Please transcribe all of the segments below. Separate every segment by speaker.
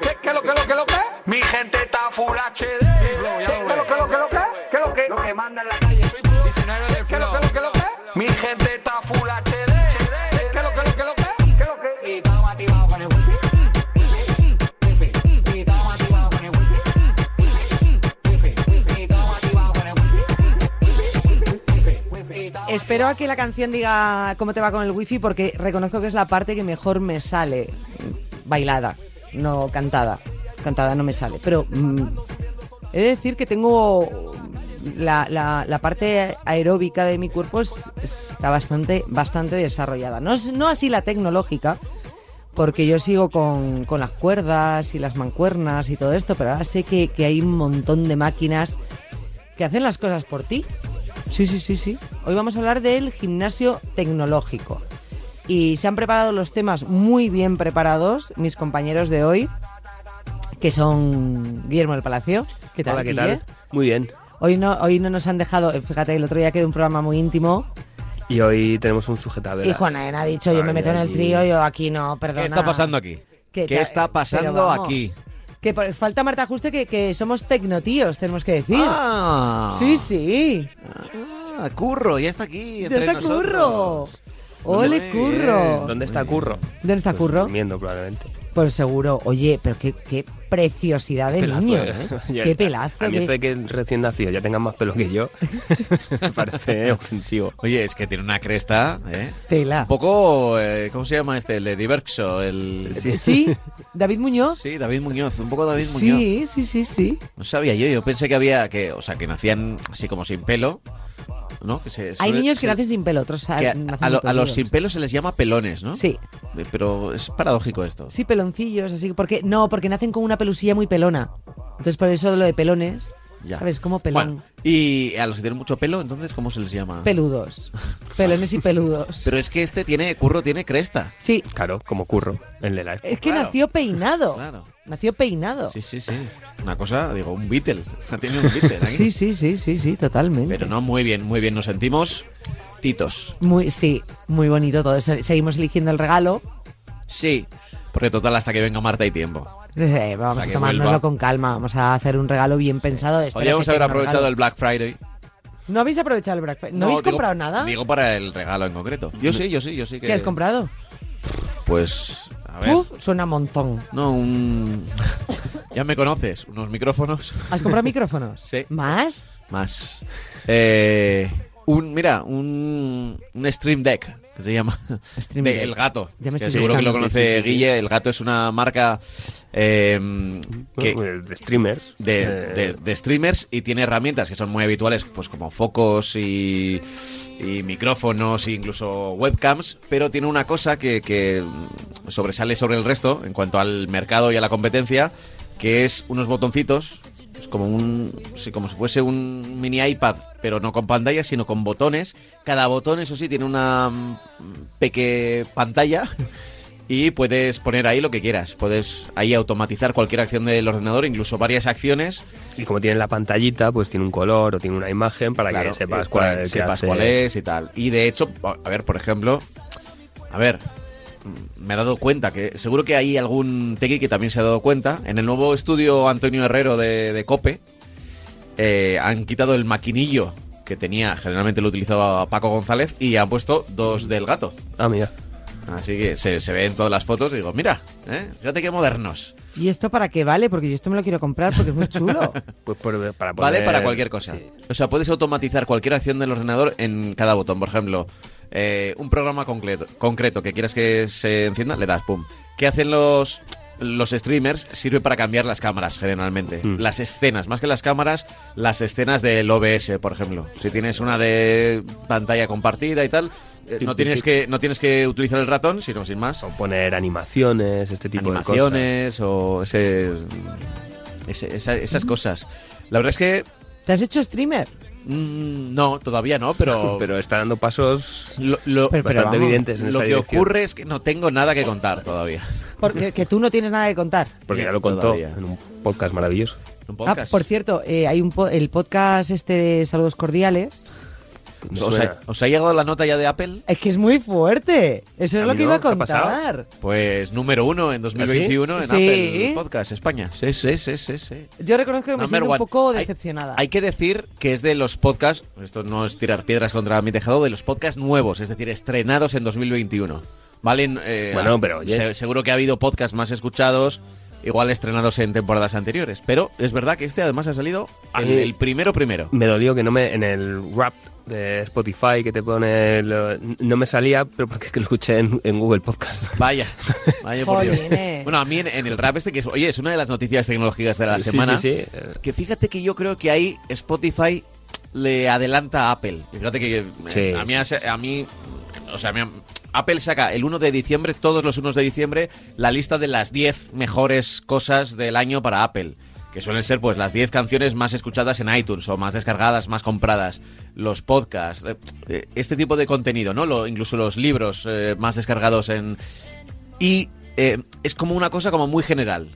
Speaker 1: ¿Qué, qué lo que lo que lo que?
Speaker 2: Mi gente está full HD.
Speaker 1: ¿Qué lo que lo que lo que? ¿Qué lo que?
Speaker 3: Lo que manda en la calle.
Speaker 1: ¿Qué lo que lo que lo que?
Speaker 2: Mi gente está full HD.
Speaker 1: ¿Qué lo que lo que lo que?
Speaker 3: ¿Qué lo que? Y estamos activados con el wifi. Y estamos activados con el wifi. Y estamos activados con el wifi. Y estamos-
Speaker 4: Espero a que la canción diga cómo te va con el wifi porque reconozco que es la parte que mejor me sale bailada, no cantada. Cantada no me sale, pero mm, he de decir que tengo la, la- la parte aeróbica de mi cuerpo es- está bastante, bastante desarrollada. No, es- no así la tecnológica, porque yo sigo con, con las cuerdas y las mancuernas y todo esto, pero ahora sé que, que hay un montón de máquinas que hacen las cosas por ti. Sí, sí, sí, sí. Hoy vamos a hablar del gimnasio tecnológico. Y se han preparado los temas muy bien preparados mis compañeros de hoy, que son Guillermo del Palacio. ¿Qué tal?
Speaker 5: Hola, ¿qué
Speaker 4: Guille?
Speaker 5: tal? Muy bien.
Speaker 4: Hoy no, hoy no nos han dejado, eh, fíjate, el otro día quedó un programa muy íntimo
Speaker 5: Y hoy tenemos un sujetador.
Speaker 4: y ¿eh? Juanaena ha dicho, yo me
Speaker 5: Ay,
Speaker 4: meto en el
Speaker 5: allí.
Speaker 4: trío, yo aquí no, perdona.
Speaker 6: ¿Qué está pasando aquí?
Speaker 4: ¿Qué
Speaker 6: ¿Qué,
Speaker 4: tal?
Speaker 6: está
Speaker 4: Pero
Speaker 6: pasando
Speaker 4: vamos.
Speaker 6: aquí?
Speaker 4: Que por- falta Marta Juste que, que somos tecnotíos, tenemos que decir.
Speaker 6: Ah,
Speaker 4: Sí, sí.
Speaker 6: Ah, curro, ya está aquí.
Speaker 4: ¿Dónde
Speaker 6: Entre
Speaker 4: está Curro?
Speaker 6: nosotros.
Speaker 4: ¡Ole,
Speaker 6: Muy
Speaker 4: Curro!
Speaker 6: bien.
Speaker 5: ¿Dónde está Curro?
Speaker 4: ¿Dónde está
Speaker 5: Pues
Speaker 4: Curro?
Speaker 5: Durmiendo, probablemente.
Speaker 4: Pues seguro. Oye, pero qué, qué preciosidad de
Speaker 5: Pelazo,
Speaker 4: niño,
Speaker 5: eh.
Speaker 4: ¿eh?
Speaker 5: Ya-
Speaker 4: ¡Qué pelazo!
Speaker 5: A mí
Speaker 4: qué-
Speaker 5: esto de que recién nacido ya tengan más pelo que yo me parece ofensivo.
Speaker 6: Oye, es que tiene una cresta, ¿eh?
Speaker 4: Tela.
Speaker 6: Un poco, eh, ¿cómo se llama este? El de Diverxo, el...
Speaker 5: Sí.
Speaker 4: ¿Sí? ¿David Muñoz?
Speaker 6: Sí, David Muñoz, un poco David Muñoz.
Speaker 4: Sí, sí, sí, sí.
Speaker 6: No sabía yo, yo pensé que había, que, o sea, que nacían así como sin pelo, ¿no? Que se-
Speaker 4: Hay
Speaker 6: sobre-
Speaker 4: niños que
Speaker 6: se-
Speaker 4: nacen sin pelo, otros
Speaker 6: que a,
Speaker 4: nacen
Speaker 6: a lo- a
Speaker 4: peludos.
Speaker 6: los sin pelo se les llama pelones, ¿no?
Speaker 4: Sí,
Speaker 6: Eh, Pero es paradójico esto.
Speaker 4: sí, peloncillos, así que porque no, porque nacen con una pelusilla muy pelona. Entonces por eso lo de pelones,
Speaker 6: Ya.
Speaker 4: ¿sabes? Como pelón.
Speaker 6: Bueno, y a los que tienen mucho pelo, entonces, ¿cómo se les llama?
Speaker 4: Peludos. Pelones y peludos.
Speaker 6: Pero es que este tiene, curro tiene cresta.
Speaker 4: Sí,
Speaker 5: Claro, como Curro, el de la...
Speaker 4: es que
Speaker 6: Claro.
Speaker 4: nació peinado.
Speaker 6: Claro.
Speaker 4: Nació peinado.
Speaker 6: Sí, sí, sí. Una cosa, digo, un Beatle. Tiene un Beatle aquí.
Speaker 4: Sí, sí, sí, sí, sí, totalmente.
Speaker 6: Pero no, muy bien, muy bien. Nos sentimos titos.
Speaker 4: Muy, sí, muy bonito todo. Se- Seguimos eligiendo el regalo.
Speaker 6: Sí. Porque total, hasta que venga Marta hay tiempo.
Speaker 4: Eh, vamos
Speaker 6: Hasta
Speaker 4: a
Speaker 6: que
Speaker 4: tomárnoslo
Speaker 6: vuelva.
Speaker 4: con calma. Vamos a hacer un regalo bien pensado. Espero
Speaker 6: Podríamos
Speaker 4: que
Speaker 6: haber
Speaker 4: tenga un
Speaker 6: aprovechado
Speaker 4: regalo.
Speaker 6: el Black Friday.
Speaker 4: ¿No habéis aprovechado el Black Friday? ¿No, habéis
Speaker 6: digo-
Speaker 4: comprado nada?
Speaker 6: Digo para el regalo en concreto. Yo sí, yo sí, yo sí. Que,
Speaker 4: ¿Qué has comprado?
Speaker 6: Pues, a ver.
Speaker 4: Uf, suena un montón.
Speaker 6: No, un... ya me conoces. Unos micrófonos.
Speaker 4: ¿Has comprado micrófonos?
Speaker 6: Sí.
Speaker 4: ¿Más?
Speaker 6: Más. Eh, un, mira, un, un Stream Deck, que se llama.
Speaker 4: Stream
Speaker 6: De
Speaker 4: Deck.
Speaker 6: El Gato.
Speaker 4: Ya me
Speaker 6: Que
Speaker 4: estoy
Speaker 6: seguro que lo
Speaker 4: buscando.
Speaker 6: conoce
Speaker 5: Sí, sí, sí, sí.
Speaker 6: Guille. El Gato es una marca eh, que-
Speaker 5: Bueno, de streamers.
Speaker 6: de,
Speaker 5: Eh,
Speaker 6: de- de streamers y tiene herramientas que son muy habituales, pues como focos y, y micrófonos e incluso webcams, pero tiene una cosa que, que sobresale sobre el resto en cuanto al mercado y a la competencia, que es unos botoncitos, es como un sí, como si fuese un mini iPad, pero no con pantalla, sino con botones. Cada botón, eso sí, tiene una mm, peque pantalla y puedes poner ahí lo que quieras. Puedes ahí automatizar cualquier acción del ordenador, incluso varias acciones.
Speaker 5: Y como tiene la pantallita, pues tiene un color o tiene una imagen para
Speaker 6: Claro,
Speaker 5: que sepas
Speaker 6: eh,
Speaker 5: cuál,
Speaker 6: para que
Speaker 5: qué
Speaker 6: sepas
Speaker 5: hace.
Speaker 6: cuál es y tal. Y de hecho, a ver, por ejemplo, a ver, mm, me he dado cuenta que seguro que hay algún tequi que también se ha dado cuenta. En el nuevo estudio Antonio Herrero de, de Cope eh, han quitado el maquinillo que tenía, generalmente lo utilizaba Paco González, y han puesto dos del gato.
Speaker 5: Ah, mira.
Speaker 6: Así que se, se ve en todas las fotos y digo, mira, ¿eh? fíjate qué modernos.
Speaker 4: ¿Y esto para qué vale? Porque yo esto me lo quiero comprar porque es muy chulo.
Speaker 5: Pues por- para
Speaker 6: Vale
Speaker 5: poner-
Speaker 6: para cualquier cosa.
Speaker 5: Pues, Sí.
Speaker 6: O sea, puedes automatizar cualquier acción del ordenador en cada botón. Por ejemplo, eh, un programa concreto, concreto que quieras que se encienda, le das, pum. ¿Qué hacen los, los streamers? Sirve para cambiar las cámaras, generalmente.
Speaker 5: Mm.
Speaker 6: Las escenas, más que las cámaras, las escenas del OBS, por ejemplo. Si tienes una de pantalla compartida y tal, eh,
Speaker 5: Tic,
Speaker 6: no
Speaker 5: tic,
Speaker 6: tienes,
Speaker 5: tic.
Speaker 6: que, no tienes que utilizar el ratón, sino sin más.
Speaker 5: O poner animaciones, este tipo de
Speaker 6: Animaciones o ese, ese- esa- esas cosas. La verdad es que
Speaker 4: ¿Te has hecho streamer?
Speaker 6: Mm, no, todavía no, pero,
Speaker 5: cosas. Pero está dando pasos
Speaker 6: lo,
Speaker 4: Pero-
Speaker 6: lo-
Speaker 4: pero
Speaker 5: bastante
Speaker 4: vamos,
Speaker 5: evidentes en
Speaker 6: lo
Speaker 5: esa
Speaker 6: que
Speaker 5: dirección.
Speaker 6: ocurre es que no tengo nada que contar todavía.
Speaker 4: Porque que tú no tienes nada que contar.
Speaker 5: Porque ya lo contó
Speaker 6: Todavía.
Speaker 5: en un podcast maravilloso.
Speaker 6: Un
Speaker 4: Ah,
Speaker 6: podcast.
Speaker 4: por cierto, eh, hay un po- el podcast este de Saludos Cordiales
Speaker 5: Me
Speaker 6: ¿Os
Speaker 5: suena.
Speaker 6: ha, os ha llegado la nota ya de Apple?
Speaker 4: Es que es muy fuerte. Eso es
Speaker 5: A
Speaker 4: lo
Speaker 5: mí
Speaker 4: que
Speaker 5: no,
Speaker 4: iba a
Speaker 5: ¿qué ha pasado?
Speaker 4: contar.
Speaker 6: Pues número uno en 2021
Speaker 4: ¿Ah,
Speaker 6: en
Speaker 4: sí? Sí.
Speaker 6: Apple Podcast España. Sí, sí, sí, sí, sí.
Speaker 4: Yo reconozco que me
Speaker 6: Number
Speaker 4: siento un
Speaker 6: one.
Speaker 4: poco
Speaker 6: Hay-
Speaker 4: decepcionada.
Speaker 6: Hay, que decir que es de los podcasts, esto no es tirar piedras contra mi tejado, de los podcasts nuevos, es decir, estrenados en 2021. Valen, eh,
Speaker 5: Bueno, pero oye.
Speaker 6: se- seguro que ha habido podcasts más escuchados, igual estrenados en temporadas anteriores, pero es verdad que este además ha salido al-
Speaker 5: Eh,
Speaker 6: el primero primero.
Speaker 5: Me dolió que no me. En el rap de Spotify que te pone. el- no me salía, pero porque es que lo escuché en, en Google Podcast.
Speaker 6: Vaya, vaya por Dios.
Speaker 4: Jolines.
Speaker 6: Bueno, a mí en, en el rap este, que es, oye, es una de las noticias tecnológicas de la
Speaker 5: Sí,
Speaker 6: semana.
Speaker 5: Sí, sí, eh,
Speaker 6: Que fíjate que yo creo que ahí Spotify le adelanta a Apple. Fíjate que eh,
Speaker 5: Sí,
Speaker 6: a, mí,
Speaker 5: sí,
Speaker 6: hace- a mí, o sea, a mí- Apple saca el 1 de diciembre, todos los 1 de diciembre, la lista de las 10 mejores cosas del año para Apple. Que suelen ser pues las 10 canciones más escuchadas en iTunes o más descargadas, más compradas, los podcasts, eh, eh, este tipo de contenido, ¿no? Lo- incluso los libros eh, más descargados en... Y eh, es como una cosa como muy general.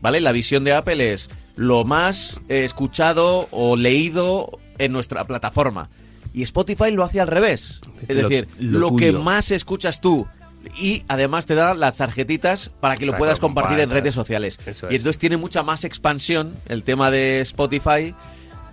Speaker 6: ¿vale? La visión de Apple es lo más eh, escuchado o leído en nuestra plataforma. Y Spotify lo hace al revés. Es
Speaker 5: Este Lo-
Speaker 6: decir,
Speaker 5: lo
Speaker 6: lo, que
Speaker 5: tuyo.
Speaker 6: más escuchas tú. Y además te da las tarjetitas para que lo
Speaker 5: Para que
Speaker 6: puedas
Speaker 5: lo
Speaker 6: compartir en
Speaker 5: compartas.
Speaker 6: redes sociales.
Speaker 5: Eso
Speaker 6: Y
Speaker 5: es.
Speaker 6: entonces tiene mucha más expansión el tema de Spotify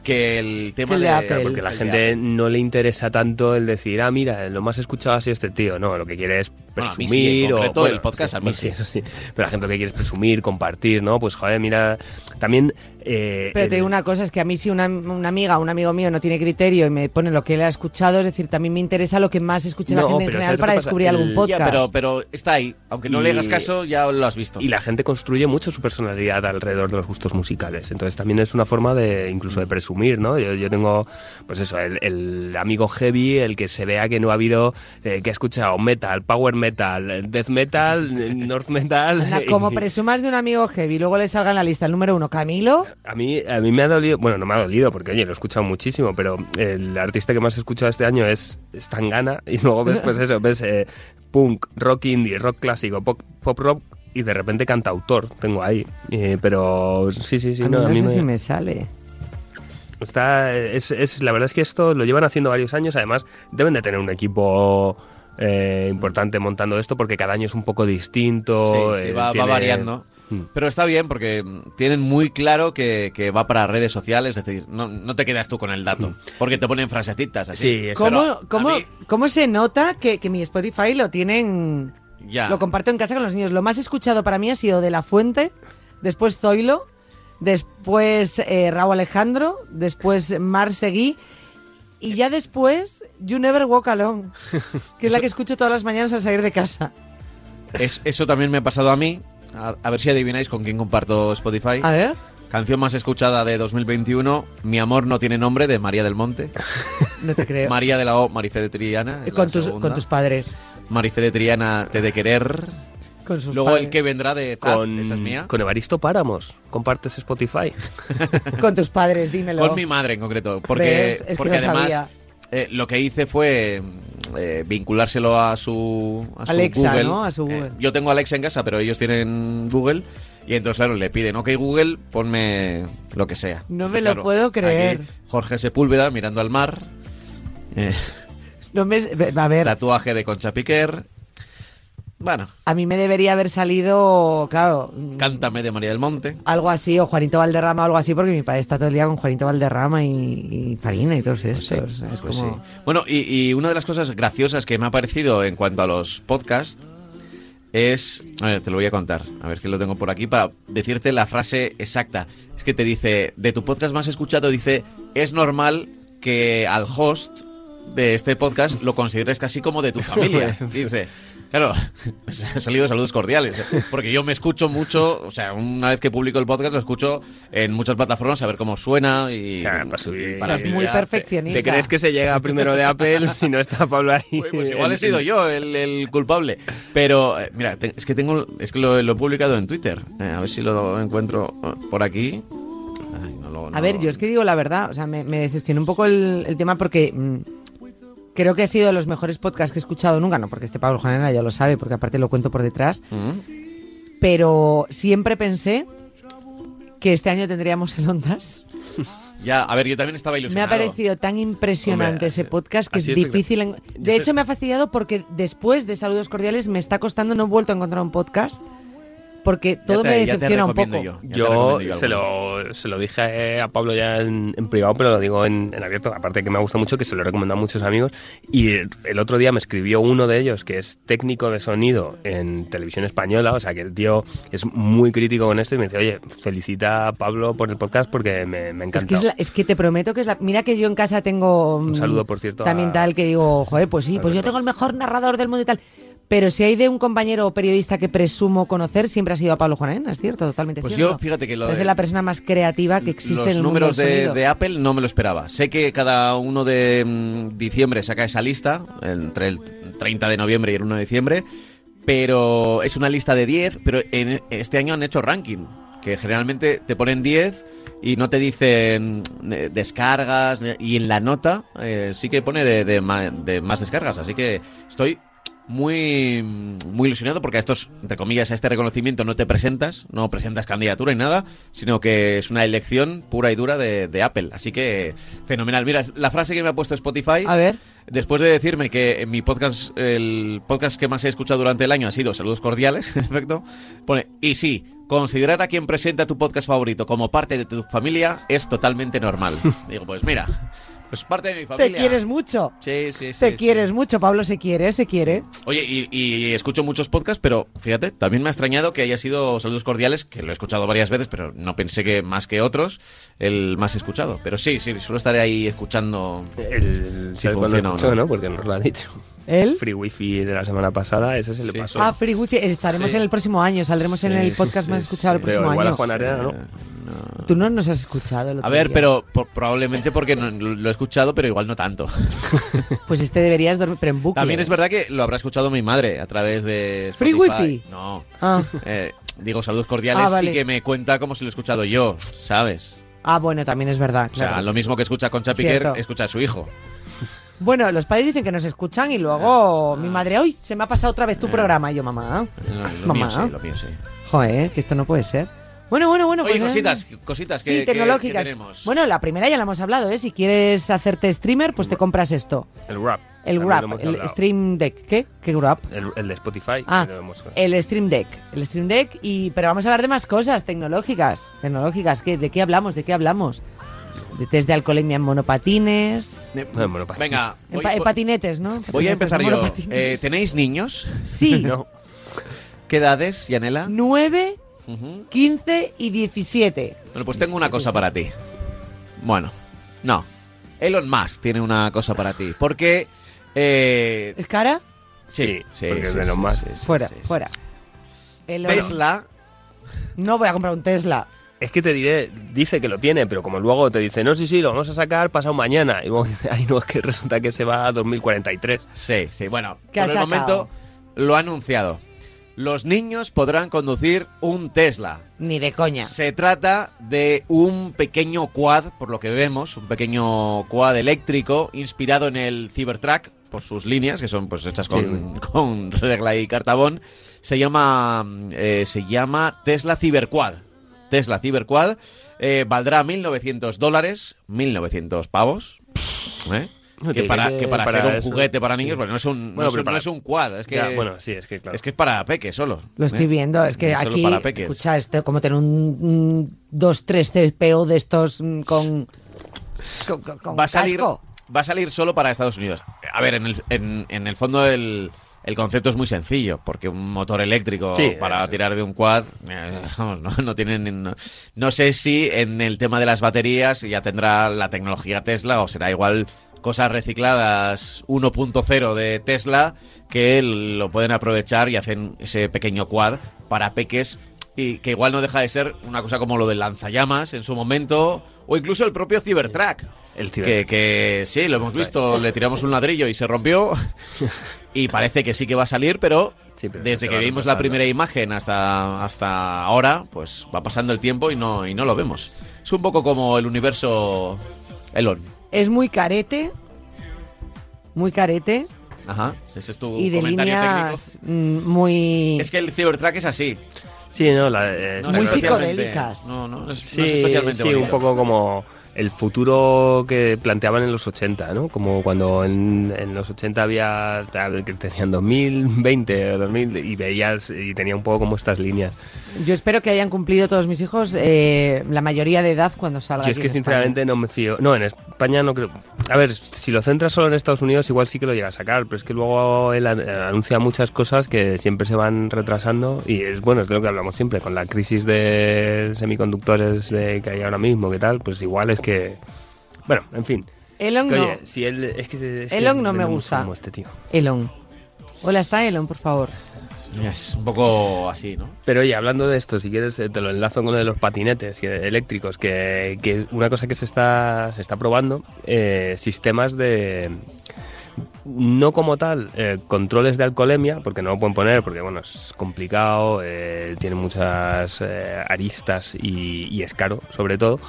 Speaker 6: que el tema
Speaker 4: Que el de
Speaker 6: de,
Speaker 4: Apple.
Speaker 5: porque la
Speaker 6: el de
Speaker 5: gente
Speaker 6: Apple.
Speaker 5: no le interesa tanto el decir, ah, mira, lo más escuchado ha sido este tío. No, lo que quiere es
Speaker 6: Bueno, a mí sí, en
Speaker 5: presumir o.
Speaker 6: concreto, el podcast
Speaker 5: sí,
Speaker 6: a mí
Speaker 5: bueno,
Speaker 6: sí.
Speaker 5: eso sí. Pero la gente lo que quiere es presumir, compartir, ¿no? Pues joder, mira. También. Eh,
Speaker 4: Pero te
Speaker 5: el-
Speaker 4: digo una cosa, es que a mí si una, una amiga o un amigo mío no tiene criterio y me pone lo que él ha escuchado, es decir, también me interesa lo que más escuche la
Speaker 5: No,
Speaker 4: gente en
Speaker 5: pero
Speaker 4: general
Speaker 5: ¿sabes lo
Speaker 4: para
Speaker 5: que pasa?
Speaker 4: descubrir algún
Speaker 5: El-
Speaker 6: Ya,
Speaker 4: podcast.
Speaker 6: pero, pero está ahí. Aunque no
Speaker 5: Y-
Speaker 6: le hagas caso, ya lo has visto.
Speaker 5: Y la gente construye mucho su personalidad alrededor de los gustos musicales. Entonces también es una forma de incluso de presumir, ¿no? Yo, yo tengo, pues eso, el, el amigo heavy, el que se vea que no ha habido, eh, que ha escuchado metal, power metal, death metal, north metal.
Speaker 4: Anda, como
Speaker 5: y-
Speaker 4: presumas de un amigo heavy, luego le salga en la lista el número uno, Camilo.
Speaker 5: a mí, a mí me ha dolido, bueno, no me ha dolido porque, oye, lo he escuchado muchísimo, pero el artista que más he escuchado este año es Stangana y luego ves, pues eso, ves eh, punk, rock indie, rock clásico, pop, pop rock y de repente cantautor tengo ahí. Eh, pero sí, sí, sí,
Speaker 4: a mí
Speaker 5: no,
Speaker 4: no,
Speaker 5: a mí
Speaker 4: sé
Speaker 5: me-
Speaker 4: si me sale.
Speaker 5: Está, es, es- la verdad es que esto lo llevan haciendo varios años, además deben de tener un equipo... eh, importante montando esto porque cada año es un poco distinto.
Speaker 6: Sí, sí,
Speaker 5: eh,
Speaker 6: va, va
Speaker 5: tiene-
Speaker 6: variando.
Speaker 5: Mm.
Speaker 6: Pero está bien porque mm, tienen muy claro que, que va para redes sociales, es decir, no, no te quedas tú con el dato, porque te ponen frasecitas así.
Speaker 5: Hmm. Sí, eso.
Speaker 4: ¿Cómo,
Speaker 6: Pero a
Speaker 4: cómo,
Speaker 6: mí-
Speaker 4: ¿Cómo se nota que, que mi Spotify lo tienen...
Speaker 6: Ya.
Speaker 4: Lo comparto en casa con los niños. Lo más escuchado para mí ha sido De La Fuente, después Zoilo, después eh, Raúl Alejandro, después Mar Seguí y ya después You Never Walk Alone, que es la que escucho todas las mañanas al salir de casa.
Speaker 6: Es- eso también me ha pasado a mí. A, a ver si adivináis con quién comparto Spotify.
Speaker 4: A ver,
Speaker 6: Canción más escuchada de 2021, Mi amor no tiene nombre, de María del Monte.
Speaker 4: no te creo. Eh,
Speaker 6: María de la O, Marife de Triana. es la
Speaker 4: con, tus,
Speaker 6: segunda.
Speaker 4: con tus padres.
Speaker 6: Marife de Triana, Te de Querer.
Speaker 4: Con sus
Speaker 6: Luego el que
Speaker 4: padres.
Speaker 6: vendrá de Zaz,
Speaker 5: con,
Speaker 6: Ah, esa es mía.
Speaker 5: con Evaristo Páramos. Compartes Spotify.
Speaker 4: Con tus padres, dímelo.
Speaker 6: Con mi madre en concreto, porque,
Speaker 4: ¿Ves? Es que
Speaker 6: porque
Speaker 4: lo
Speaker 6: además
Speaker 4: sabía.
Speaker 6: eh, lo que hice fue eh, vinculárselo a su, a su
Speaker 4: Alexa,
Speaker 6: Google. Eh,
Speaker 4: ¿no? A su Google.
Speaker 6: yo tengo Alexa en casa, pero ellos tienen Google. Y entonces, claro, le piden, ok, Google, ponme lo que sea.
Speaker 4: No
Speaker 6: Entonces,
Speaker 4: me lo
Speaker 6: claro,
Speaker 4: puedo
Speaker 6: aquí
Speaker 4: creer.
Speaker 6: Jorge Sepúlveda mirando al mar. eh,
Speaker 4: No me- a ver,
Speaker 6: tatuaje de Concha Piquer. Bueno,
Speaker 4: a mí me debería haber salido, claro,
Speaker 6: cántame de María del Monte.
Speaker 4: algo así, o Juanito Valderrama, o algo así, porque mi padre está todo el día con Juanito Valderrama y, y Farina y todos
Speaker 6: Pues sí,
Speaker 4: estos.
Speaker 5: este,
Speaker 4: es
Speaker 6: pues
Speaker 4: como...
Speaker 6: sí. Bueno, y, y una de las cosas graciosas que me ha parecido en cuanto a los podcasts es. A ver, te lo voy a contar. A ver que lo tengo por aquí para decirte la frase exacta. Es que te dice: de tu podcast más escuchado, dice: es normal que al host de este podcast lo consideres casi como de tu familia.
Speaker 5: pues
Speaker 6: Dice. Claro, me han salido saludos cordiales, ¿eh? porque yo me escucho mucho, o sea, una vez que publico el podcast lo escucho en muchas plataformas a ver cómo suena y
Speaker 5: Claro, para subir.
Speaker 6: para
Speaker 4: Sos muy
Speaker 6: estudiar.
Speaker 4: perfeccionista.
Speaker 5: ¿Te crees que se llega primero de Apple si no está Pablo ahí?
Speaker 6: Uy, pues igual he sido yo el, el culpable. Pero, eh, mira, te- es que tengo es que lo, lo he publicado en Twitter. Eh, a ver si lo encuentro eh, por aquí. Ay, no lo-
Speaker 4: A
Speaker 6: no
Speaker 4: ver,
Speaker 6: lo-
Speaker 4: yo es que digo la verdad, o sea, me, me decepcionó un poco el, el tema porque mm, creo que ha sido de los mejores podcasts que he escuchado nunca, no porque este Pablo Juanera ya lo sabe, porque aparte lo cuento por detrás,
Speaker 6: ¿Mm?
Speaker 4: pero siempre pensé que este año tendríamos el Ondas.
Speaker 6: Ya, a ver, yo también estaba
Speaker 4: Me ha
Speaker 6: ilusionado.
Speaker 4: parecido tan impresionante
Speaker 5: Hombre,
Speaker 4: ese
Speaker 5: eh,
Speaker 4: podcast que es
Speaker 5: así es
Speaker 4: difícil. en-
Speaker 5: espectacular.
Speaker 4: De
Speaker 5: Yo
Speaker 4: hecho,
Speaker 5: sé-
Speaker 4: me ha fastidiado porque después de Saludos Cordiales me está costando, no he vuelto a encontrar un podcast porque
Speaker 6: Ya
Speaker 4: todo
Speaker 6: te-
Speaker 4: me
Speaker 6: ya te
Speaker 4: decepciona un
Speaker 6: recomiendo
Speaker 4: poco.
Speaker 6: yo, ya te
Speaker 5: Yo
Speaker 6: recomiendo yo
Speaker 5: se
Speaker 6: alguno.
Speaker 5: lo, se lo dije a Pablo ya en, en privado, pero lo digo en, en abierto. Aparte que me gusta mucho, que se lo he recomendado a muchos amigos. Y el- el otro día me escribió uno de ellos, que es técnico de sonido en televisión española. O sea, que el tío es muy crítico con esto y me dice, oye, felicita a Pablo por el podcast porque me, me
Speaker 4: Es que,
Speaker 5: encanta.
Speaker 4: es, la- es que te prometo que es la. Mira que yo en casa tengo.
Speaker 5: Un
Speaker 4: mm,
Speaker 5: saludo, por cierto,
Speaker 4: También
Speaker 5: a-
Speaker 4: tal que digo, joder, pues sí, pues yo
Speaker 5: Alberto.
Speaker 4: tengo el mejor narrador del mundo y tal. Pero si hay de un compañero o periodista que presumo conocer, siempre ha sido a Pablo Juanena, es cierto, totalmente
Speaker 6: Pues
Speaker 4: cierto.
Speaker 6: yo, fíjate que lo
Speaker 4: Es
Speaker 6: de-
Speaker 4: la persona más creativa que existe
Speaker 6: Los
Speaker 4: en el mundo
Speaker 6: números
Speaker 4: del
Speaker 6: de,
Speaker 4: sonido.
Speaker 6: de Apple no me lo esperaba. Sé que cada uno de mm, diciembre saca esa lista, entre el 30 de noviembre y el 1 de diciembre, pero es una lista de 10, pero en este año han hecho ranking, que generalmente te ponen 10 y no te dicen eh, descargas, ni- y en la nota eh, sí que pone de, de ma- de más descargas, así que estoy... Muy, muy ilusionado porque a estos, entre comillas, a este reconocimiento no te presentas, no presentas candidatura y nada, sino que es una elección pura y dura de, de Apple. Así que, fenomenal. Mira, es la frase que me ha puesto Spotify.
Speaker 4: A ver.
Speaker 6: Después de decirme que en mi podcast, el podcast que más he escuchado durante el año ha sido Saludos Cordiales, en efecto, pone, y sí, considerar a quien presenta tu podcast favorito como parte de tu familia es totalmente normal. Digo, pues mira, pues parte de mi
Speaker 4: Te
Speaker 6: familia.
Speaker 4: quieres mucho.
Speaker 6: Sí, sí, sí.
Speaker 4: Te
Speaker 6: sí.
Speaker 4: quieres mucho, Pablo se quiere, se quiere.
Speaker 6: Oye, y, y escucho muchos podcasts, pero fíjate, también me ha extrañado que haya sido Saludos Cordiales, que lo he escuchado varias veces, pero no pensé que más que otros, el más escuchado. Pero sí, sí, solo estaré ahí escuchando.
Speaker 5: El,
Speaker 6: Si
Speaker 5: ¿sabes cuándo
Speaker 6: funciona o
Speaker 5: escuchó,
Speaker 6: no.
Speaker 5: no? Porque nos lo ha dicho.
Speaker 4: ¿Él?
Speaker 5: Free Wifi de la semana pasada, ese se le
Speaker 6: Sí,
Speaker 5: pasó.
Speaker 4: Ah, Free Wifi, estaremos
Speaker 6: Sí.
Speaker 4: en el próximo año, saldremos en
Speaker 6: Sí,
Speaker 4: el
Speaker 6: sí,
Speaker 4: podcast
Speaker 6: sí,
Speaker 4: más escuchado el
Speaker 6: sí.
Speaker 4: próximo
Speaker 5: pero igual
Speaker 4: año.
Speaker 5: a Juan Arena, ¿no?
Speaker 4: Tú no nos has escuchado. el
Speaker 6: eh, A
Speaker 4: otro
Speaker 6: ver,
Speaker 4: día.
Speaker 6: pero por- probablemente porque no- lo he escuchado, pero igual no tanto.
Speaker 4: Pues este deberías dormir, pero en bucle.
Speaker 6: También es verdad que lo habrá escuchado mi madre a través de.
Speaker 4: ¿Free
Speaker 6: Spotify.
Speaker 4: wifi?
Speaker 6: No.
Speaker 4: Ah.
Speaker 6: Eh, digo saludos cordiales
Speaker 4: Ah, vale.
Speaker 6: y que me cuenta como si lo he escuchado yo, ¿sabes?
Speaker 4: Ah, bueno, también es verdad.
Speaker 6: O sea,
Speaker 4: Claro.
Speaker 6: lo mismo que escucha Concha Piquer,
Speaker 4: Cierto.
Speaker 6: escucha a su hijo.
Speaker 4: Bueno, los padres dicen que nos escuchan y
Speaker 6: Ah.
Speaker 4: luego mi madre, hoy se me ha pasado otra vez tu programa. Y yo, mamá,
Speaker 6: No, Eh. Ah, lo
Speaker 4: Mamá.
Speaker 6: mío sí, lo mío sí.
Speaker 4: joder, que esto no puede ser. Bueno, bueno, bueno.
Speaker 6: Oye,
Speaker 4: pues,
Speaker 6: cositas, cositas que,
Speaker 4: sí,
Speaker 6: que- que
Speaker 4: tecnológicas.
Speaker 6: tenemos.
Speaker 4: Bueno, la primera ya la hemos hablado, ¿eh? Si quieres hacerte streamer, pues te compras esto.
Speaker 5: El rap.
Speaker 4: El
Speaker 5: También
Speaker 4: Wrap,
Speaker 5: lo hemos
Speaker 4: el
Speaker 5: hablado.
Speaker 4: Stream Deck. ¿Qué? ¿Qué Wrap?
Speaker 5: El, el de Spotify.
Speaker 4: Ah,
Speaker 5: que lo hemos-
Speaker 4: el Stream Deck. El Stream Deck y... Pero vamos a hablar de más cosas tecnológicas. Tecnológicas. ¿Qué, ¿De qué hablamos? ¿De qué hablamos? De test de alcoholemia en monopatines.
Speaker 5: No, en
Speaker 4: pues,
Speaker 5: monopatín.
Speaker 6: Venga,
Speaker 4: En,
Speaker 6: voy,
Speaker 4: pa- en
Speaker 6: voy-
Speaker 4: patinetes, ¿no?
Speaker 6: voy a
Speaker 4: Patinetes,
Speaker 6: empezar
Speaker 4: no
Speaker 6: yo.
Speaker 4: monopatines.
Speaker 6: Eh, ¿Tenéis niños?
Speaker 4: sí.
Speaker 5: No.
Speaker 6: ¿Qué edades, Yanela?
Speaker 4: 9,
Speaker 6: Ujú.
Speaker 4: 15 y 17.
Speaker 6: Bueno, pues tengo una cosa para ti. Bueno, no. Elon Musk tiene una cosa para ti. Porque. Eh,
Speaker 4: ¿Es cara?
Speaker 5: Sí, porque es de Elon Musk.
Speaker 6: sí, sí,
Speaker 4: Fuera,
Speaker 6: sí, sí.
Speaker 4: fuera. El-
Speaker 6: Tesla.
Speaker 4: No voy a comprar un Tesla.
Speaker 5: Es que te diré, dice que lo tiene, pero como luego te dice, no, sí, sí, lo vamos a sacar pasado mañana. Y luego dice, ay, no, es que resulta que se va a 2043.
Speaker 6: Sí, sí. Bueno,
Speaker 4: ¿Qué
Speaker 6: por
Speaker 4: ha
Speaker 6: el
Speaker 4: sacado?
Speaker 6: momento lo ha anunciado. Los niños podrán conducir un Tesla.
Speaker 4: Ni de coña.
Speaker 6: Se trata de un pequeño quad, por lo que vemos, un pequeño quad eléctrico inspirado en el Cybertruck por sus líneas, que son pues hechas con, con regla y cartabón. Se llama, eh, se llama Tesla Cyberquad. Tesla Cyberquad eh, valdrá 1.900 dólares, 1.900 pavos. ¿eh?
Speaker 5: No te
Speaker 6: Que para,
Speaker 5: diré
Speaker 6: que para,
Speaker 5: para
Speaker 6: ser un
Speaker 5: eso,
Speaker 6: juguete para
Speaker 5: sí.
Speaker 6: niños, bueno, no es un, no
Speaker 5: Bueno,
Speaker 6: es
Speaker 5: pero
Speaker 6: un-
Speaker 5: para-
Speaker 6: no es un quad, es que,
Speaker 5: Ya, bueno, sí, es que claro.
Speaker 6: es, que es para peques solo.
Speaker 4: Lo estoy
Speaker 6: ¿eh?
Speaker 4: viendo, es que
Speaker 6: Solo
Speaker 4: aquí.
Speaker 6: para peques.
Speaker 4: Escucha, esto como tener un 2-3 CPO de estos mm, con. con, con- con
Speaker 6: va a salir,
Speaker 4: casco.
Speaker 6: va a salir solo para Estados Unidos. A ver, en el, en, en el fondo el, el concepto es muy sencillo, porque un motor eléctrico
Speaker 5: Sí,
Speaker 6: para
Speaker 5: eso.
Speaker 6: tirar de un quad, eh, vamos, no, no tienen... ni- No, no sé si en el tema de las baterías ya tendrá la tecnología Tesla o será igual cosas recicladas 1.0 de Tesla que lo pueden aprovechar y hacen ese pequeño quad para peques y que igual no deja de ser una cosa como lo del lanzallamas en su momento o incluso el propio Cybertruck
Speaker 5: El ciber-
Speaker 6: que, que sí, lo hemos visto, le tiramos un ladrillo y se rompió. Y parece que sí que va a salir, pero,
Speaker 5: Sí, pero
Speaker 6: desde
Speaker 5: se
Speaker 6: que
Speaker 5: va
Speaker 6: vimos la
Speaker 5: retrasando.
Speaker 6: primera imagen hasta, hasta ahora, pues va pasando el tiempo y no, y no lo vemos. Es un poco como el universo Elon.
Speaker 4: Es muy carete. Muy carete.
Speaker 6: Ajá, ese es tu
Speaker 4: y de
Speaker 6: comentario
Speaker 4: líneas mm, muy.
Speaker 6: técnico. Es que el Cybertruck es así.
Speaker 5: Sí, Sí, no, la, eh,
Speaker 6: No
Speaker 5: está
Speaker 4: Muy
Speaker 6: es
Speaker 5: claro.
Speaker 6: especialmente-
Speaker 4: psicodélicas.
Speaker 6: No, no, es- no es
Speaker 5: Sí,
Speaker 6: especialmente
Speaker 5: sí, un
Speaker 6: bonito.
Speaker 5: poco como el futuro que planteaban en los 80, ¿no? Como cuando en, en los 80 había, tal, que decían 2020 o 2000 y veías y tenía un poco como estas líneas.
Speaker 4: Yo espero que hayan cumplido todos mis hijos eh, la mayoría de edad cuando salga.
Speaker 5: Yo es
Speaker 4: aquí
Speaker 5: que
Speaker 4: en
Speaker 5: sinceramente no me fío. No, en España no creo. A ver, si lo centras solo en Estados Unidos, igual sí que lo llega a sacar, pero es que luego él an- anuncia muchas cosas que siempre se van retrasando y es bueno, es de lo que hablamos siempre, con la crisis de semiconductores de- que hay ahora mismo, que tal, pues igual es que. Bueno, en fin.
Speaker 4: España. Elon
Speaker 5: Que,
Speaker 4: no.
Speaker 5: oye, si él. Es que, es que
Speaker 4: Elon no me
Speaker 5: vende mucho
Speaker 4: gusta.
Speaker 5: humo este tío.
Speaker 4: Elon. Hola, está Elon, por favor.
Speaker 6: Es un poco así, ¿no?
Speaker 5: Pero oye, hablando de esto, si quieres eh, te lo enlazo con lo de los patinetes que- eléctricos, que, que una cosa que se está, se está probando, eh, sistemas de... No como tal, eh, controles de alcoholemia, porque no lo pueden poner, porque bueno, es complicado, eh, tiene muchas eh, aristas y, y es caro, sobre todo.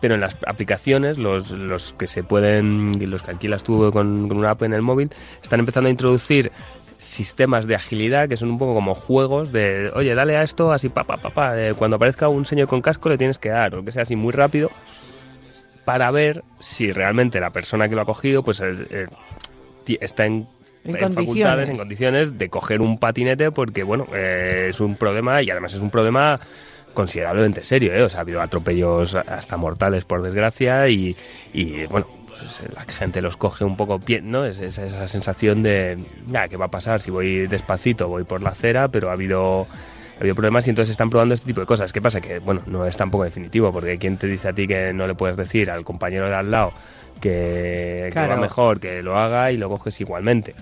Speaker 5: Pero en las aplicaciones, los, los que se pueden, los que alquilas tú con, con una app en el móvil, están empezando a introducir sistemas de agilidad que son un poco como juegos de oye dale a esto así pa pa pa pa eh, cuando aparezca un señor con casco le tienes que dar o que sea así muy rápido para ver si realmente la persona que lo ha cogido pues eh, eh, ti- está en,
Speaker 4: En
Speaker 5: en
Speaker 4: condiciones.
Speaker 5: facultades en condiciones de coger un patinete porque bueno eh, es un problema y además es un problema considerablemente serio ¿eh? o sea ha habido atropellos hasta mortales por desgracia y, y, bueno pues, eh, la gente los coge un poco pie, ¿no? Es, es- esa sensación de, nada, ¿qué va a pasar? Si voy despacito, voy por la acera, pero ha habido ha habido problemas y entonces están probando este tipo de cosas. ¿Qué pasa? Que, bueno, no es tampoco definitivo, porque ¿quién te dice a ti que no le puedes decir al compañero de al lado que, que
Speaker 4: Claro.
Speaker 5: va mejor, que lo haga y lo coges igualmente?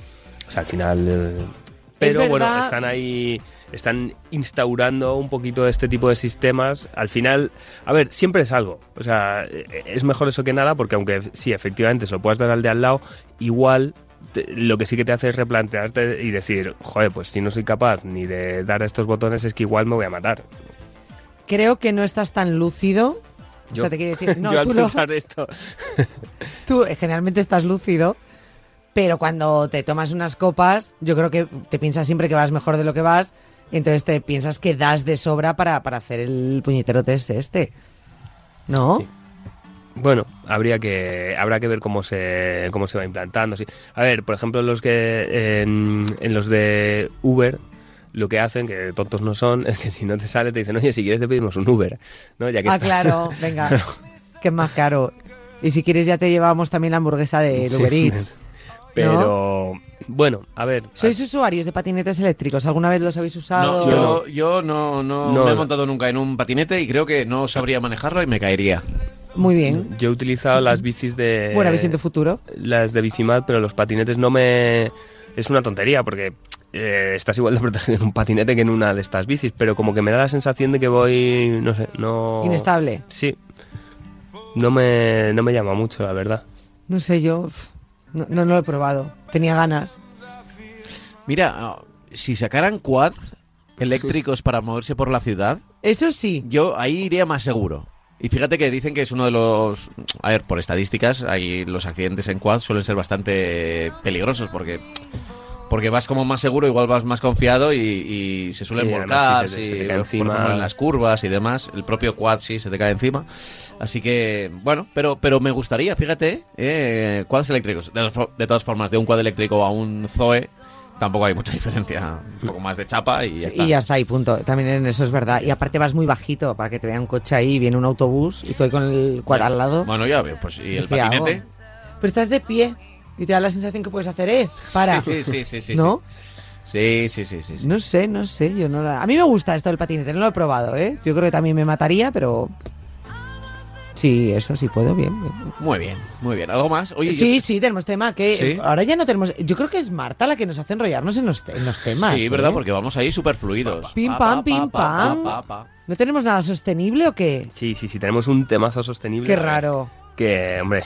Speaker 5: O sea, al final... eh, Pero bueno,
Speaker 4: verdad-
Speaker 5: están ahí... Están instaurando un poquito este tipo de sistemas. Al final, a ver, siempre es algo. O sea, eh, es mejor eso que nada, porque aunque sí, efectivamente, se lo puedas dar al de al lado, igual te- lo que sí que te hace es replantearte y decir, joder, pues si no soy capaz ni de dar a estos botones es que igual me voy a matar.
Speaker 4: Creo que no estás tan lúcido. O
Speaker 5: Yo-
Speaker 4: sea, te quiero decir, no,
Speaker 5: Yo al
Speaker 4: tú, no.
Speaker 5: pensar esto,
Speaker 4: Tú, eh, generalmente estás lúcido, pero cuando te tomas unas copas, yo creo que te piensas siempre que vas mejor de lo que vas, y entonces te piensas que das de sobra para, para hacer el puñetero test este. ¿No?
Speaker 5: Sí. bueno, habría que habrá que ver cómo se cómo se va implantando. sí. A ver, por ejemplo, los que en, en los de Uber lo que hacen, que tontos no son, es que si no te sale te dicen, oye, si quieres te pedimos un Uber, ¿no? Ya que
Speaker 4: Ah,
Speaker 5: estás.
Speaker 4: claro, venga, que es más caro. Y si quieres ya te llevamos también la hamburguesa de
Speaker 5: Sí,
Speaker 4: Uber Eats.
Speaker 5: Pero bueno, a ver.
Speaker 4: ¿Sois usuarios de patinetes eléctricos? ¿Alguna vez los habéis usado?
Speaker 6: No, yo, yo no, no,
Speaker 5: No,
Speaker 6: me he
Speaker 5: no.
Speaker 6: montado nunca en un patinete y creo que no sabría manejarlo y me caería.
Speaker 4: Muy bien.
Speaker 5: Yo he utilizado las bicis de.
Speaker 4: Buena visión de futuro.
Speaker 5: las de Bicimat, pero los patinetes no me... Es una tontería porque eh, estás igual de protegido en un patinete que en una de estas bicis, pero como que me da la sensación de que voy, no sé, no...
Speaker 4: Inestable.
Speaker 5: Sí. No me, no me llama mucho, la verdad.
Speaker 4: No sé, yo uf, no, no, no lo he probado. Tenía ganas.
Speaker 6: Mira, ah, si sacaran quad eléctricos para moverse por la ciudad,
Speaker 4: Eso sí,
Speaker 6: yo ahí iría más seguro. Y fíjate que dicen que es uno de los... A ver, por estadísticas, ahí los accidentes en quad suelen ser bastante peligrosos porque... Porque vas como más seguro, igual vas más confiado y, y se suelen
Speaker 5: Sí,
Speaker 6: volcar,
Speaker 5: además, si se te- se te
Speaker 6: si,
Speaker 5: cae
Speaker 6: por
Speaker 5: encima.
Speaker 6: ejemplo, en las curvas y demás. El propio quad sí se te cae encima. Así que, bueno, pero, pero me gustaría, fíjate, eh, quads eléctricos. De, todas for- de todas formas, de un quad eléctrico a un Zoe tampoco hay mucha diferencia. Un poco más de chapa y ya está.
Speaker 4: y ya está, y punto. También en eso es verdad. Y aparte vas muy bajito para que te vea un coche ahí, viene un autobús y tú ahí con el cuadro al lado.
Speaker 6: Bueno, ya veo, pues y el
Speaker 4: ¿Qué hago?
Speaker 6: patinete.
Speaker 4: Pero estás de pie y te da la sensación que puedes hacer, eh, para.
Speaker 6: Sí, sí, sí, sí.
Speaker 4: ¿No?
Speaker 6: Sí, sí, sí, sí. sí.
Speaker 4: No sé, no sé. Yo no la- A mí me gusta esto del patinete, no lo he probado, ¿eh? Yo creo que también me mataría, pero. Sí, eso sí puedo, bien. bien.
Speaker 6: Muy bien, muy bien. ¿Algo más? Oye,
Speaker 4: Sí,
Speaker 6: yo-
Speaker 4: sí, tenemos tema. que
Speaker 6: Sí.
Speaker 4: Ahora ya no tenemos. Yo creo que es Marta la que nos hace enrollarnos en los, te- en los temas.
Speaker 6: Sí,
Speaker 4: ¿eh?
Speaker 6: ¿verdad? Porque vamos ahí súper fluidos.
Speaker 4: Pim, pam, pim, pam.
Speaker 6: pam.
Speaker 4: ¿No tenemos nada sostenible o qué?
Speaker 5: Sí, sí, sí, tenemos un temazo sostenible.
Speaker 4: Qué raro.
Speaker 5: Que, hombre,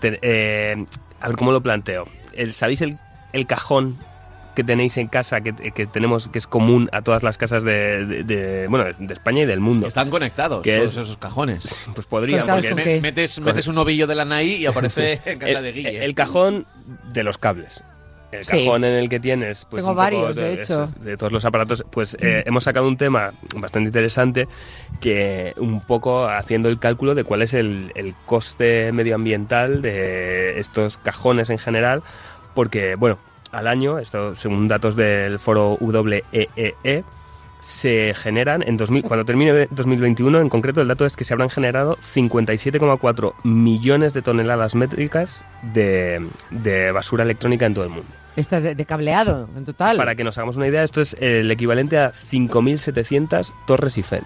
Speaker 5: te- eh, a ver cómo lo planteo. El- ¿Sabéis el, el cajón que tenéis en casa, que, que tenemos, que es común a todas las casas de, de- de- bueno, de España y del mundo?
Speaker 6: Están conectados
Speaker 5: ¿Qué
Speaker 6: todos
Speaker 5: es?
Speaker 6: esos cajones.
Speaker 5: Pues podría,
Speaker 4: Contaos
Speaker 5: porque
Speaker 4: con
Speaker 5: me-
Speaker 4: qué.
Speaker 6: Metes, metes un ovillo de la NAI y aparece en casa
Speaker 5: el,
Speaker 6: de Guille.
Speaker 5: el cajón de los cables. el
Speaker 4: Sí.
Speaker 5: cajón en el que tienes pues,
Speaker 4: Tengo
Speaker 5: un poco
Speaker 4: varios, de hecho. Mm.
Speaker 5: esos- de todos los aparatos pues eh, hemos sacado un tema bastante interesante que un poco haciendo el cálculo de cuál es el, el coste medioambiental de estos cajones en general porque bueno al año esto según datos del foro WEEE E, se generan en 2000, cuando termine 2021, en concreto el dato es que se habrán generado 57,4 millones de toneladas métricas de, de basura electrónica en todo el mundo.
Speaker 4: Estas de, de cableado, en total.
Speaker 5: Para que nos hagamos una idea, esto es el equivalente a 5.700 torres Eiffel.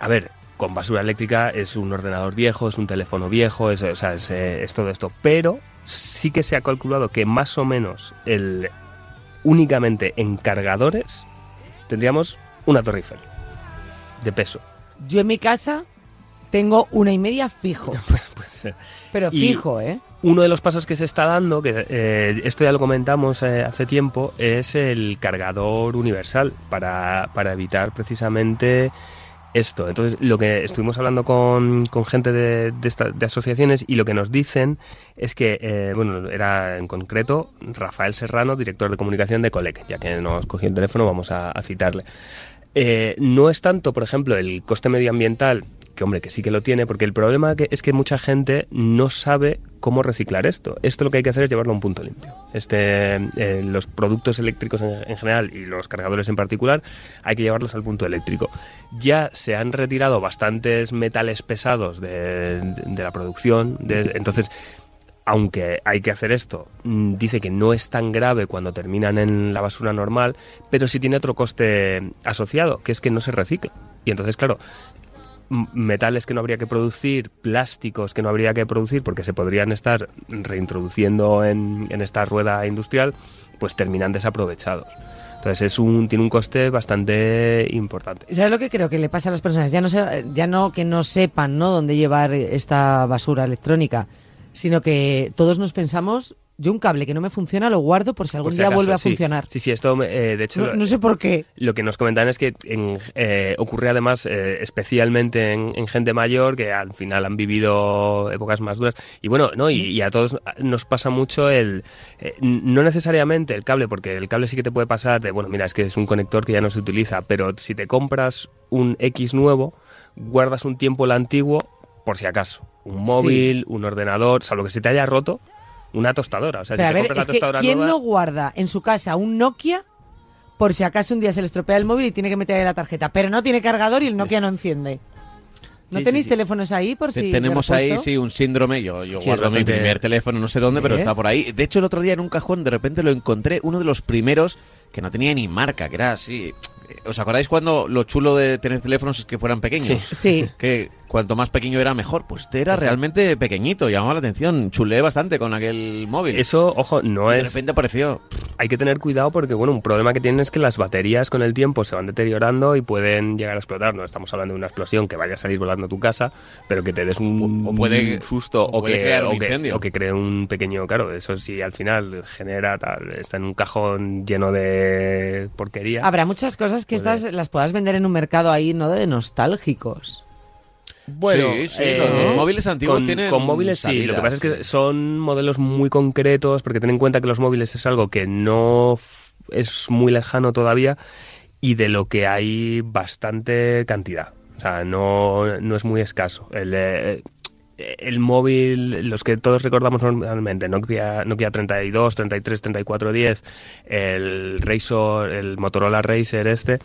Speaker 5: A ver, con basura eléctrica es un ordenador viejo, es un teléfono viejo, es, o sea, es, eh, es todo esto. Pero sí que se ha calculado que más o menos el únicamente en cargadores tendríamos una torre Eiffel de peso.
Speaker 4: Yo en mi casa tengo una y media fijo,
Speaker 5: Pues puede ser.
Speaker 4: pero
Speaker 5: Y-
Speaker 4: fijo, ¿eh?
Speaker 5: Uno de los pasos que se está dando, que eh, esto ya lo comentamos eh, hace tiempo, es el cargador universal para, para evitar precisamente esto. Entonces, lo que estuvimos hablando con, con gente de, de esta- de asociaciones y lo que nos dicen es que, eh, bueno, era en concreto Rafael Serrano, director de comunicación de Colec, ya que nos cogió el teléfono, vamos a- a citarle. Eh, no es tanto, por ejemplo, el coste medioambiental, que hombre, que sí que lo tiene, porque el problema que- es que mucha gente no sabe cómo reciclar esto. Esto lo que hay que hacer es llevarlo a un punto limpio. Este, eh, los productos eléctricos en, en general y los cargadores en particular, hay que llevarlos al punto eléctrico. Ya se han retirado bastantes metales pesados de, de- de la producción, de- entonces aunque hay que hacer esto, mm, dice que no es tan grave cuando terminan en la basura normal, pero sí tiene otro coste asociado, que es que no se recicla. Y entonces, claro, m- metales que no habría que producir, plásticos que no habría que producir porque se podrían estar reintroduciendo en, en esta rueda industrial, pues terminan desaprovechados. Entonces es un, tiene un coste bastante importante.
Speaker 4: ¿Sabes lo que creo que le pasa a las personas? Ya no, se- ya no que no sepan ¿no? dónde llevar esta basura electrónica, sino que todos nos pensamos, yo un cable que no me funciona lo guardo por si algún
Speaker 5: Por si
Speaker 4: día
Speaker 5: acaso,
Speaker 4: vuelve a
Speaker 5: sí.
Speaker 4: funcionar.
Speaker 5: Sí, sí, esto, eh, de hecho...
Speaker 4: No, no sé por qué.
Speaker 5: Lo que nos comentan es que en- eh, ocurre además eh, especialmente en, en gente mayor que al final han vivido épocas más duras. Y bueno, no y, y a todos nos pasa mucho el... eh, no necesariamente el cable, porque el cable sí que te puede pasar de, bueno, mira, es que es un conector que ya no se utiliza, pero si te compras un X nuevo, guardas un tiempo el antiguo por si acaso. Un móvil, un ordenador, salvo que se te haya roto, una tostadora. O sea,
Speaker 4: Pero a
Speaker 5: si te
Speaker 4: ver,
Speaker 5: compras la
Speaker 4: es que
Speaker 5: tostadora
Speaker 4: ¿quién
Speaker 5: nueva-
Speaker 4: no guarda en su casa un Nokia por si acaso un día se le estropea el móvil y tiene que meter ahí la tarjeta? Pero no tiene cargador y el Nokia no enciende. ¿No
Speaker 5: Sí,
Speaker 4: tenéis
Speaker 5: sí, sí.
Speaker 4: teléfonos ahí por si...
Speaker 6: Te-
Speaker 4: de
Speaker 6: tenemos ahí,
Speaker 4: repuesto?
Speaker 6: sí, un síndrome. Yo, yo
Speaker 5: Sí,
Speaker 6: guardo
Speaker 5: es
Speaker 6: mi
Speaker 5: bastante-
Speaker 6: primer teléfono, no sé dónde, pero
Speaker 4: ¿Ves?
Speaker 6: está por ahí. De hecho, el otro día en un cajón, de repente lo encontré, uno de los primeros que no tenía ni marca, que era así. ¿Os acordáis cuando lo chulo de tener teléfonos es que fueran pequeños?
Speaker 4: Sí.
Speaker 6: Que cuanto más pequeño era mejor. Pues este era realmente pequeñito, llamaba la atención. Chuleé bastante con aquel móvil.
Speaker 5: Eso, ojo,
Speaker 6: Y
Speaker 5: no
Speaker 6: de
Speaker 5: es
Speaker 6: repente apareció.
Speaker 5: hay que tener cuidado porque, bueno, un problema que tienen es que las baterías con el tiempo se van deteriorando y pueden llegar a explotar. No estamos hablando de una explosión que vaya a salir volando a tu casa, pero que te des un,
Speaker 6: O- o puede-
Speaker 5: susto
Speaker 6: o
Speaker 5: o,
Speaker 6: puede
Speaker 5: que,
Speaker 6: crear
Speaker 5: o
Speaker 6: un
Speaker 5: que-
Speaker 6: incendio.
Speaker 5: o que cree un pequeño, claro, eso sí al final genera tal, está en un cajón lleno de porquería.
Speaker 4: Habrá muchas cosas que
Speaker 5: Puede-
Speaker 4: estas las puedas vender en un mercado ahí, ¿no? De nostálgicos.
Speaker 5: Bueno,
Speaker 6: Sí, sí,
Speaker 5: eh,
Speaker 6: los, los móviles antiguos
Speaker 5: con,
Speaker 6: tienen.
Speaker 5: con móviles sí, lo que pasa es que
Speaker 6: salidas.
Speaker 5: son modelos muy concretos, porque ten en cuenta que los móviles es algo que no f- es muy lejano todavía y de lo que hay bastante cantidad. O sea, no, no es muy escaso. El, eh, el móvil, los que todos recordamos normalmente, Nokia, Nokia 32, 33, 34, 10, el Razor, el Motorola Racer este,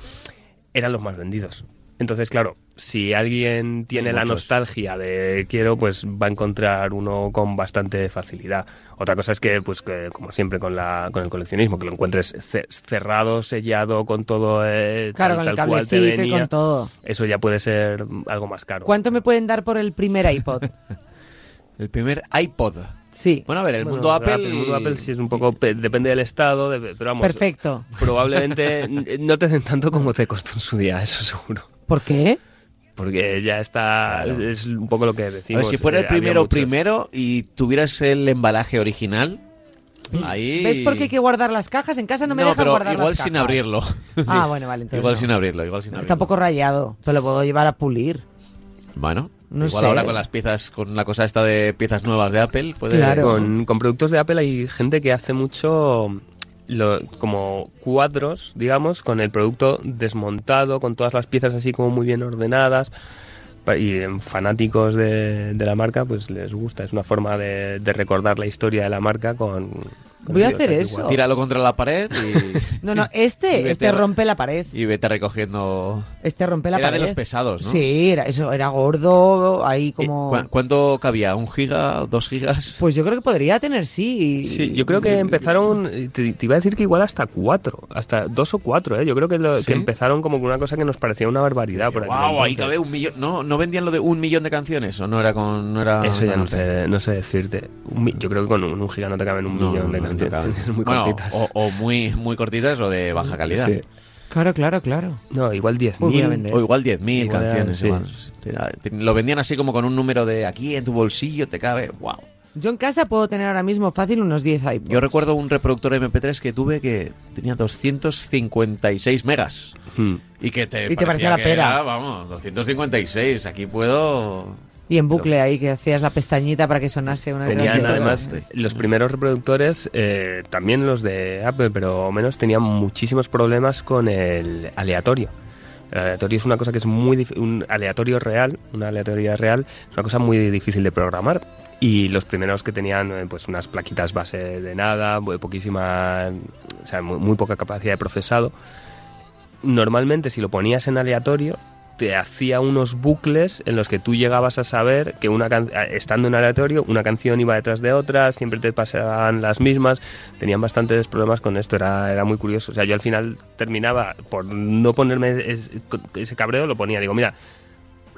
Speaker 5: eran los más vendidos. Entonces, claro, si alguien tiene la
Speaker 6: muchos.
Speaker 5: nostalgia de quiero, pues va a encontrar uno con bastante facilidad. Otra cosa es que, pues que, como siempre con, la, con el coleccionismo, que lo encuentres ce- cerrado, sellado, con todo eh,
Speaker 4: Claro,
Speaker 5: tal,
Speaker 4: con el
Speaker 5: tal cual te
Speaker 4: cablecito y
Speaker 5: venía.
Speaker 4: con todo.
Speaker 5: Eso ya puede ser algo más caro.
Speaker 4: ¿Cuánto me pueden dar por el primer iPod?
Speaker 6: El primer iPod.
Speaker 4: Sí.
Speaker 6: Bueno, a ver, el
Speaker 5: Bueno,
Speaker 6: mundo Apple.
Speaker 5: El mundo Apple sí es un poco. pe- Depende del estado, de- pero vamos.
Speaker 4: Perfecto.
Speaker 5: Probablemente n- no te den tanto como te costó en su día, eso seguro.
Speaker 4: ¿Por qué?
Speaker 5: Porque ya está.
Speaker 6: Claro.
Speaker 5: Es un poco lo que
Speaker 6: A
Speaker 5: decimos.
Speaker 6: ver, si fuera el
Speaker 5: eh, había
Speaker 6: primero
Speaker 5: muchos.
Speaker 6: primero y tuvieras el embalaje original, ahí...
Speaker 4: ¿Ves por qué hay que guardar las cajas? En casa no me dejan
Speaker 6: pero
Speaker 4: guardar
Speaker 6: igual
Speaker 4: las
Speaker 6: sin
Speaker 4: cajas.
Speaker 6: abrirlo.
Speaker 4: Ah, bueno, vale, entonces
Speaker 6: igual
Speaker 4: no.
Speaker 6: sin abrirlo, igual sin abrirlo.
Speaker 4: Está un poco rayado, pero lo puedo llevar a pulir.
Speaker 6: Bueno,
Speaker 4: No
Speaker 6: Igual
Speaker 4: sé.
Speaker 6: ahora con las piezas, con la cosa esta de piezas nuevas de Apple, puede...
Speaker 4: Claro.
Speaker 5: Con, con productos de Apple hay gente que hace mucho lo- como cuadros, digamos, con el producto desmontado, con todas las piezas así como muy bien ordenadas. Pa- Y en fanáticos de, de la marca, pues les gusta. Es una forma de, de recordar la historia de la marca con. ¿eh? con
Speaker 4: Voy a
Speaker 5: videos
Speaker 4: hacer
Speaker 5: aquí
Speaker 4: eso.
Speaker 5: guays.
Speaker 6: Tíralo contra la pared y,
Speaker 4: No, no, este,
Speaker 6: Vete
Speaker 4: este
Speaker 6: a-
Speaker 4: rompe la pared.
Speaker 6: y vete recogiendo... Eh,
Speaker 4: Este rompe la
Speaker 6: Era
Speaker 4: pared.
Speaker 6: de los pesados, ¿no? Eh,
Speaker 4: Sí, era, eso, era gordo, ahí como...
Speaker 6: ¿Cu- ¿Cuánto cabía? ¿Un giga? ¿Dos gigas?
Speaker 4: Pues yo creo que podría tener, sí.
Speaker 5: Sí, yo creo que empezaron, eh, te, te iba a decir que igual hasta cuatro, hasta dos o cuatro, ¿eh? Yo creo que, lo-
Speaker 6: ¿Sí?
Speaker 5: que empezaron como con una cosa que nos parecía una barbaridad. Por aquel
Speaker 6: ¡Wow! Ahí
Speaker 5: entonces.
Speaker 6: cabe un millón. No, no vendían lo de un millón de canciones, o no era con. No era
Speaker 5: Eso ya no
Speaker 6: sé.
Speaker 5: sé, no sé decirte. Un mi- yo creo que con un, un giga no te caben un
Speaker 6: No,
Speaker 5: millón de
Speaker 6: no, no
Speaker 5: canciones.
Speaker 6: tocaban.
Speaker 5: muy
Speaker 6: Bueno,
Speaker 5: cortitas.
Speaker 6: O, o muy, muy cortitas o de baja calidad.
Speaker 5: Sí.
Speaker 4: Claro, claro, claro.
Speaker 5: No, igual
Speaker 4: Uy, voy a
Speaker 5: 10.000.
Speaker 4: vender.
Speaker 6: O igual 10.000
Speaker 5: Igual era-
Speaker 6: canciones.
Speaker 5: sí.
Speaker 6: igual. Era- te- Lo vendían así como con un número de aquí en tu bolsillo te cabe. ¡Wow!
Speaker 4: Yo en casa puedo tener ahora mismo fácil unos 10 iPods.
Speaker 6: Yo recuerdo un reproductor MP3 que tuve que tenía 256 megas.
Speaker 5: Hmm.
Speaker 6: Y que te,
Speaker 4: Y te parecía la
Speaker 6: que
Speaker 4: pera.
Speaker 6: era, vamos, 256. Aquí puedo.
Speaker 4: Y en bucle ahí, que hacías la pestañita para que sonase una
Speaker 5: Tenían
Speaker 4: canción.
Speaker 6: Gracias.
Speaker 5: además
Speaker 6: Sí.
Speaker 5: los primeros reproductores, eh, también los de Apple, pero menos tenían muchísimos problemas con el aleatorio. El aleatorio es una cosa que es muy dif- un aleatorio real, una aleatoriedad real, es una cosa muy difícil de programar. Y los primeros que tenían eh, pues unas plaquitas base de nada, po- poquísima, o sea, muy, muy poca capacidad de procesado. Normalmente si lo ponías en aleatorio te hacía unos bucles en los que tú llegabas a saber que una can- a- estando en aleatorio una canción iba detrás de otra, siempre te pasaban las mismas, tenían bastantes problemas con esto, era, era muy curioso. O sea, yo al final terminaba por no ponerme es- ese cabreo, lo ponía, digo, mira,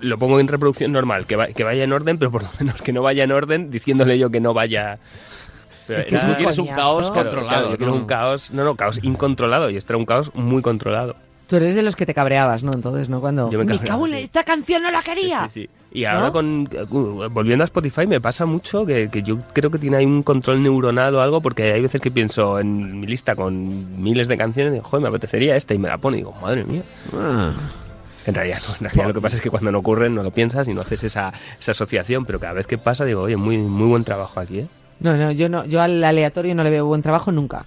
Speaker 5: lo pongo en reproducción normal, que, va- que vaya en orden, pero por lo menos que no vaya en orden, diciéndole yo que no vaya... Pero
Speaker 4: Es que es
Speaker 5: era-
Speaker 6: Tú quieres un
Speaker 4: coñazo.
Speaker 6: caos
Speaker 5: claro,
Speaker 6: controlado.
Speaker 5: claro, yo quiero
Speaker 6: ¿no?
Speaker 5: un caos, no, no, caos incontrolado, y este era un caos muy controlado.
Speaker 4: Tú eres de los que te cabreabas, ¿no? Entonces, ¿no? Cuando...
Speaker 5: Yo me cabreaba,
Speaker 4: cago en la-
Speaker 5: sí.
Speaker 4: esta canción no la
Speaker 5: Sí,
Speaker 4: quería.
Speaker 5: sí, sí. Y ahora
Speaker 4: ¿No?
Speaker 5: con uh, volviendo a Spotify me pasa mucho que, que yo creo que tiene ahí un control neuronal o algo porque hay veces que pienso en mi lista con miles de canciones y digo, joder, me apetecería esta y me la pone y digo, madre mía.
Speaker 6: Ah.
Speaker 5: En realidad, no, en realidad lo que pasa es que cuando no ocurren no lo piensas y no haces esa, esa asociación, pero cada vez que pasa digo, oye, muy, muy buen trabajo aquí, ¿eh?
Speaker 4: No, no, yo no, yo al aleatorio no le veo buen trabajo nunca.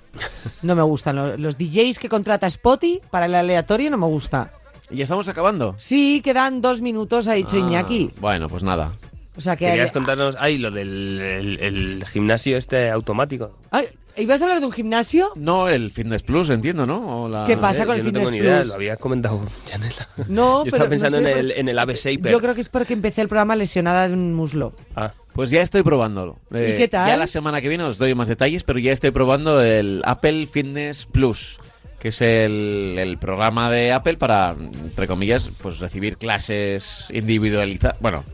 Speaker 4: No me gustan lo- los, DJs que contrata Spotify para el aleatorio no me gusta.
Speaker 6: Y ya estamos acabando.
Speaker 4: Sí, quedan dos minutos, ha dicho
Speaker 6: Ah,
Speaker 4: Iñaki.
Speaker 6: Bueno, pues nada.
Speaker 4: O sea que
Speaker 5: Querías contarnos, ay, lo del el- el gimnasio este automático.
Speaker 4: Ay, ¿Ibas a hablar de un gimnasio?
Speaker 6: No, el Fitness Plus, entiendo, ¿no? O la-
Speaker 4: ¿Qué pasa
Speaker 5: Eh,
Speaker 4: con
Speaker 5: yo
Speaker 4: el
Speaker 5: no tengo
Speaker 4: Fitness
Speaker 5: ni idea,
Speaker 4: Plus?
Speaker 5: lo habías comentado, Janela.
Speaker 4: No,
Speaker 5: Yo
Speaker 4: pero
Speaker 5: estaba pensando
Speaker 4: no sé,
Speaker 5: en, el,
Speaker 4: pero-
Speaker 5: en el AB Shaper.
Speaker 4: Yo creo que es porque empecé el programa lesionada de un muslo.
Speaker 5: Ah.
Speaker 6: Pues ya estoy probándolo. Eh,
Speaker 4: ¿Y qué tal?
Speaker 6: Ya la semana que viene os doy más detalles, pero ya estoy probando el Apple Fitness Plus, que es el, el programa de Apple para, entre comillas, pues recibir clases individualizadas. Bueno,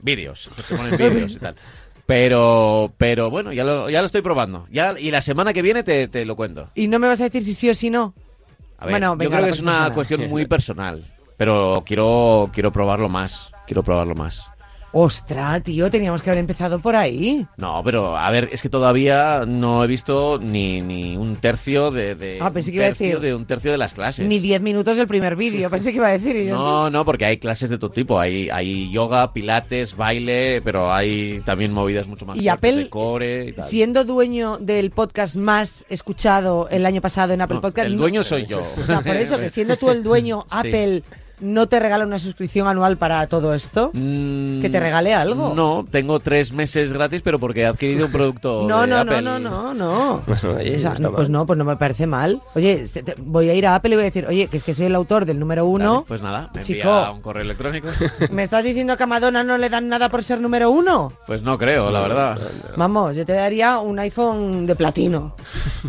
Speaker 6: vídeos, te ponen vídeos y tal. Pero, pero bueno, ya lo, ya lo estoy probando. Ya, y la semana que viene te, te lo cuento.
Speaker 4: Y no me vas a decir si sí o si no.
Speaker 6: A ver,
Speaker 4: Bueno,
Speaker 6: yo
Speaker 4: venga,
Speaker 6: creo
Speaker 4: la
Speaker 6: que es
Speaker 4: próxima
Speaker 6: una
Speaker 4: semana.
Speaker 6: cuestión muy personal, pero quiero, quiero probarlo más. Quiero probarlo más.
Speaker 4: Ostras, tío, teníamos que haber empezado por ahí.
Speaker 6: No, pero a ver, es que todavía no he visto ni, ni un tercio de, de
Speaker 4: Ah, pensé
Speaker 6: un
Speaker 4: que iba a
Speaker 6: tercio
Speaker 4: decir-
Speaker 6: de un tercio de las clases.
Speaker 4: Ni 10 minutos del primer vídeo, pensé que iba a decir. y yo,
Speaker 6: No, no, porque hay clases de todo tipo. Hay, hay yoga, pilates, baile, pero hay también movidas mucho más
Speaker 4: Y
Speaker 6: fuertes
Speaker 4: Apple,
Speaker 6: de core y tal.
Speaker 4: Siendo dueño del podcast más escuchado el año pasado en Apple
Speaker 6: No,
Speaker 4: Podcast.
Speaker 6: el
Speaker 4: no-
Speaker 6: dueño soy yo.
Speaker 4: O sea, por eso que siendo tú el dueño, Apple no te regala una suscripción anual para todo esto.
Speaker 6: ¿Que
Speaker 4: ¿Que te regale algo?
Speaker 6: Mm, No, tengo tres meses gratis, pero porque he adquirido un producto
Speaker 4: No,
Speaker 6: de
Speaker 4: no, no,
Speaker 6: Apple.
Speaker 4: no, no, no.
Speaker 5: Bueno, oye,
Speaker 4: O sea,
Speaker 5: no está
Speaker 4: no, pues
Speaker 5: mal.
Speaker 4: no, pues no me parece mal. Oye, este, te- voy a ir a Apple y voy a decir, oye, que es que soy el autor del número uno.
Speaker 6: Vale, pues nada, me
Speaker 4: Chico.
Speaker 6: envía un correo electrónico.
Speaker 4: ¿Me estás diciendo que a Madonna no le dan nada por ser número uno?
Speaker 6: Pues no creo, la verdad.
Speaker 4: Vamos, yo te daría un iPhone de platino.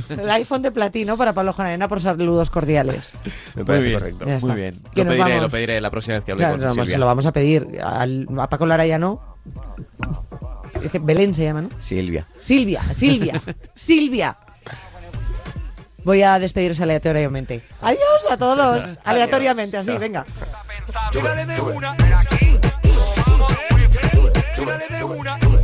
Speaker 4: El iPhone de platino para Pablo Janarena por saludos cordiales.
Speaker 5: Me parece
Speaker 6: bien.
Speaker 5: correcto.
Speaker 4: Ya está.
Speaker 6: Muy bien.
Speaker 4: Que
Speaker 6: Lo
Speaker 4: nos
Speaker 6: pediré,
Speaker 4: vamos.
Speaker 6: lo pediré la próxima vez que hable
Speaker 4: Claro,
Speaker 6: con
Speaker 4: no,
Speaker 6: Silvia.
Speaker 4: se lo vamos a pedir. Al- a Paco Lara ya no. Dice, Belén se llama, ¿no?
Speaker 6: Silvia.
Speaker 4: Silvia, Silvia, Silvia. Voy a despediros aleatoriamente. Adiós a todos. Aleatoriamente, así, venga.
Speaker 2: Tírale de una. Ven aquí. Vamos, Wi-Fi. Tírale de una.